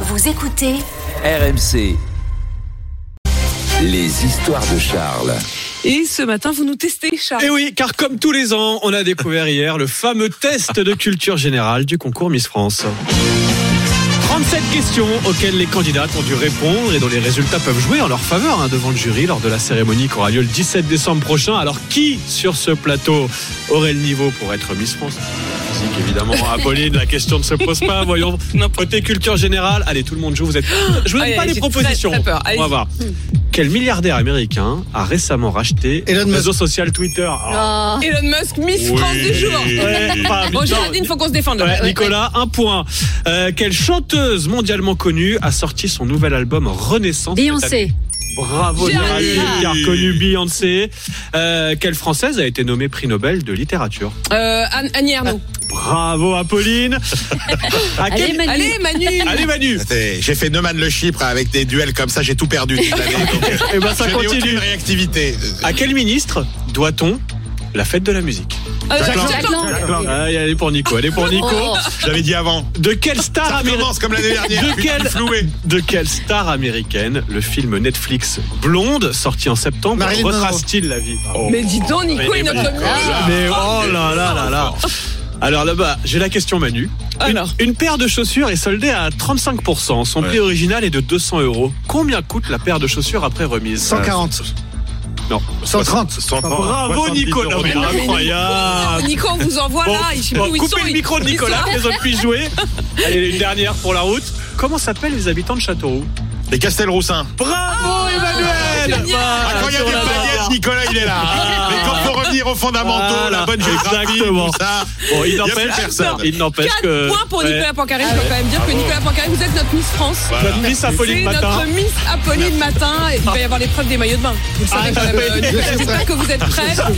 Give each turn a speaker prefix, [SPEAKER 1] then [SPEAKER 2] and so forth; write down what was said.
[SPEAKER 1] Vous écoutez
[SPEAKER 2] RMC. Les histoires de Charles.
[SPEAKER 3] Et ce matin, vous nous testez, Charles.
[SPEAKER 4] Et Eh oui, car comme tous les ans, on a découvert hier le fameux test de culture générale du concours Miss France. 37 questions auxquelles les candidates ont dû répondre et dont les résultats peuvent jouer en leur faveur hein, devant le jury lors de la cérémonie qui aura lieu le 17 décembre prochain. Alors qui sur ce plateau aurait le niveau pour être Miss France Physique, Évidemment, Apolline, la question ne se pose pas. Voyons, côté culture générale, allez, tout le monde joue. Vous êtes. Je vous donne
[SPEAKER 3] Allez,
[SPEAKER 4] pas
[SPEAKER 3] allez,
[SPEAKER 4] les
[SPEAKER 3] j'ai très,
[SPEAKER 4] propositions.
[SPEAKER 3] très peur. Allez-y.
[SPEAKER 4] On va voir. Quel milliardaire américain a récemment racheté le
[SPEAKER 5] Elon Musk.
[SPEAKER 4] réseau social Twitter Ah.
[SPEAKER 3] Elon Musk, Miss
[SPEAKER 4] Oui.
[SPEAKER 3] France du jour.
[SPEAKER 4] Ouais, pas
[SPEAKER 3] Bon,
[SPEAKER 4] habituel.
[SPEAKER 3] Géraldine, faut qu'on se défende. là.
[SPEAKER 4] Ouais, Nicolas, un point. Euh, quelle chanteuse mondialement connue a sorti son nouvel album Renaissance cette année
[SPEAKER 6] Beyoncé.
[SPEAKER 4] Bravo
[SPEAKER 3] Géraldine.
[SPEAKER 4] Géraldine qui a reconnu Beyoncé. Euh, quelle française a été nommée prix Nobel de littérature
[SPEAKER 3] Euh, Anne- Annie Ernaux.
[SPEAKER 4] Bravo Apolline. À
[SPEAKER 6] Ah, Allez,
[SPEAKER 4] quel-
[SPEAKER 6] Manu.
[SPEAKER 3] Allez, Manu.
[SPEAKER 4] Allez Manu.
[SPEAKER 5] C'est- J'ai fait Neumann le Chypre avec des duels comme ça, j'ai tout perdu toute l'année. donc, euh,
[SPEAKER 4] Eh ben, ça
[SPEAKER 5] je n'ai aucune
[SPEAKER 4] continue.
[SPEAKER 5] réactivité.
[SPEAKER 4] À quel ministre doit-on la fête de la musique
[SPEAKER 3] Euh, Jacques
[SPEAKER 6] Jacques
[SPEAKER 3] Lang.
[SPEAKER 6] Lang.
[SPEAKER 4] Ah, Elle est pour Nico. Elle est pour Nico.
[SPEAKER 6] Oh.
[SPEAKER 5] Je l'avais dit avant.
[SPEAKER 4] De quelle star
[SPEAKER 5] Ça
[SPEAKER 4] américaine
[SPEAKER 5] commence comme l'année dernière.
[SPEAKER 4] De
[SPEAKER 5] puis
[SPEAKER 4] quel-
[SPEAKER 5] floué.
[SPEAKER 4] De quelle star américaine le film Netflix Blonde, sorti en septembre,
[SPEAKER 5] Marilyn Monroe.
[SPEAKER 4] retrace-t-il la vie
[SPEAKER 3] Mais dis donc, Nico,
[SPEAKER 5] Mais-
[SPEAKER 3] il est notre
[SPEAKER 5] mais-
[SPEAKER 3] mieux.
[SPEAKER 4] Mais oh là là là là alors là-bas, j'ai la question Manu. Une,
[SPEAKER 3] Alors.
[SPEAKER 4] une paire de chaussures est soldée à 35%. Son prix original est de 200 euros. Combien coûte la paire de chaussures après remise Euh,
[SPEAKER 7] 140.
[SPEAKER 4] Non.
[SPEAKER 7] 130.
[SPEAKER 5] Oh,
[SPEAKER 4] Bravo Nicolas, mais
[SPEAKER 3] Ah,
[SPEAKER 4] incroyable
[SPEAKER 3] Nico, on vous envoie
[SPEAKER 4] Bon,
[SPEAKER 3] là. Je sais
[SPEAKER 4] bon,
[SPEAKER 3] plus où ils
[SPEAKER 4] coupez
[SPEAKER 3] sont,
[SPEAKER 4] le
[SPEAKER 3] ils-
[SPEAKER 4] micro de
[SPEAKER 3] ils
[SPEAKER 4] Nicolas,
[SPEAKER 3] sont-
[SPEAKER 4] que les autres puissent jouer. Allez, une dernière pour la route. Comment s'appellent les habitants de Châteauroux
[SPEAKER 5] Les Castelroussins.
[SPEAKER 4] Bravo Emmanuel
[SPEAKER 3] génial.
[SPEAKER 4] Voilà,
[SPEAKER 5] Oh, Ah, quand il y a des
[SPEAKER 4] sur la
[SPEAKER 5] paillettes,
[SPEAKER 4] barre.
[SPEAKER 5] Nicolas, il est là.
[SPEAKER 4] Ah.
[SPEAKER 5] Mais quand faut revenir aux fondamentaux,
[SPEAKER 4] Voilà.
[SPEAKER 5] la bonne géographie,
[SPEAKER 4] Exactement.
[SPEAKER 5] tout ça.
[SPEAKER 4] Bon, il
[SPEAKER 5] y a plus
[SPEAKER 4] n'empêche
[SPEAKER 5] personne.
[SPEAKER 4] Il n'empêche
[SPEAKER 3] Quatre
[SPEAKER 4] que.
[SPEAKER 3] points pour
[SPEAKER 4] Ouais. Ah
[SPEAKER 3] Nicolas Poincaré. Je peux quand même dire que Nicolas Poincaré, vous êtes notre Miss France.
[SPEAKER 4] Notre Miss Apolline
[SPEAKER 3] C'est
[SPEAKER 4] Matin.
[SPEAKER 3] notre Miss Apolline matin. Il va y avoir l'épreuve des maillots de bain. Vous le savez
[SPEAKER 4] Ah,
[SPEAKER 3] quand même.
[SPEAKER 4] oui.
[SPEAKER 3] euh, Nicolas, J'espère que vous êtes prêts.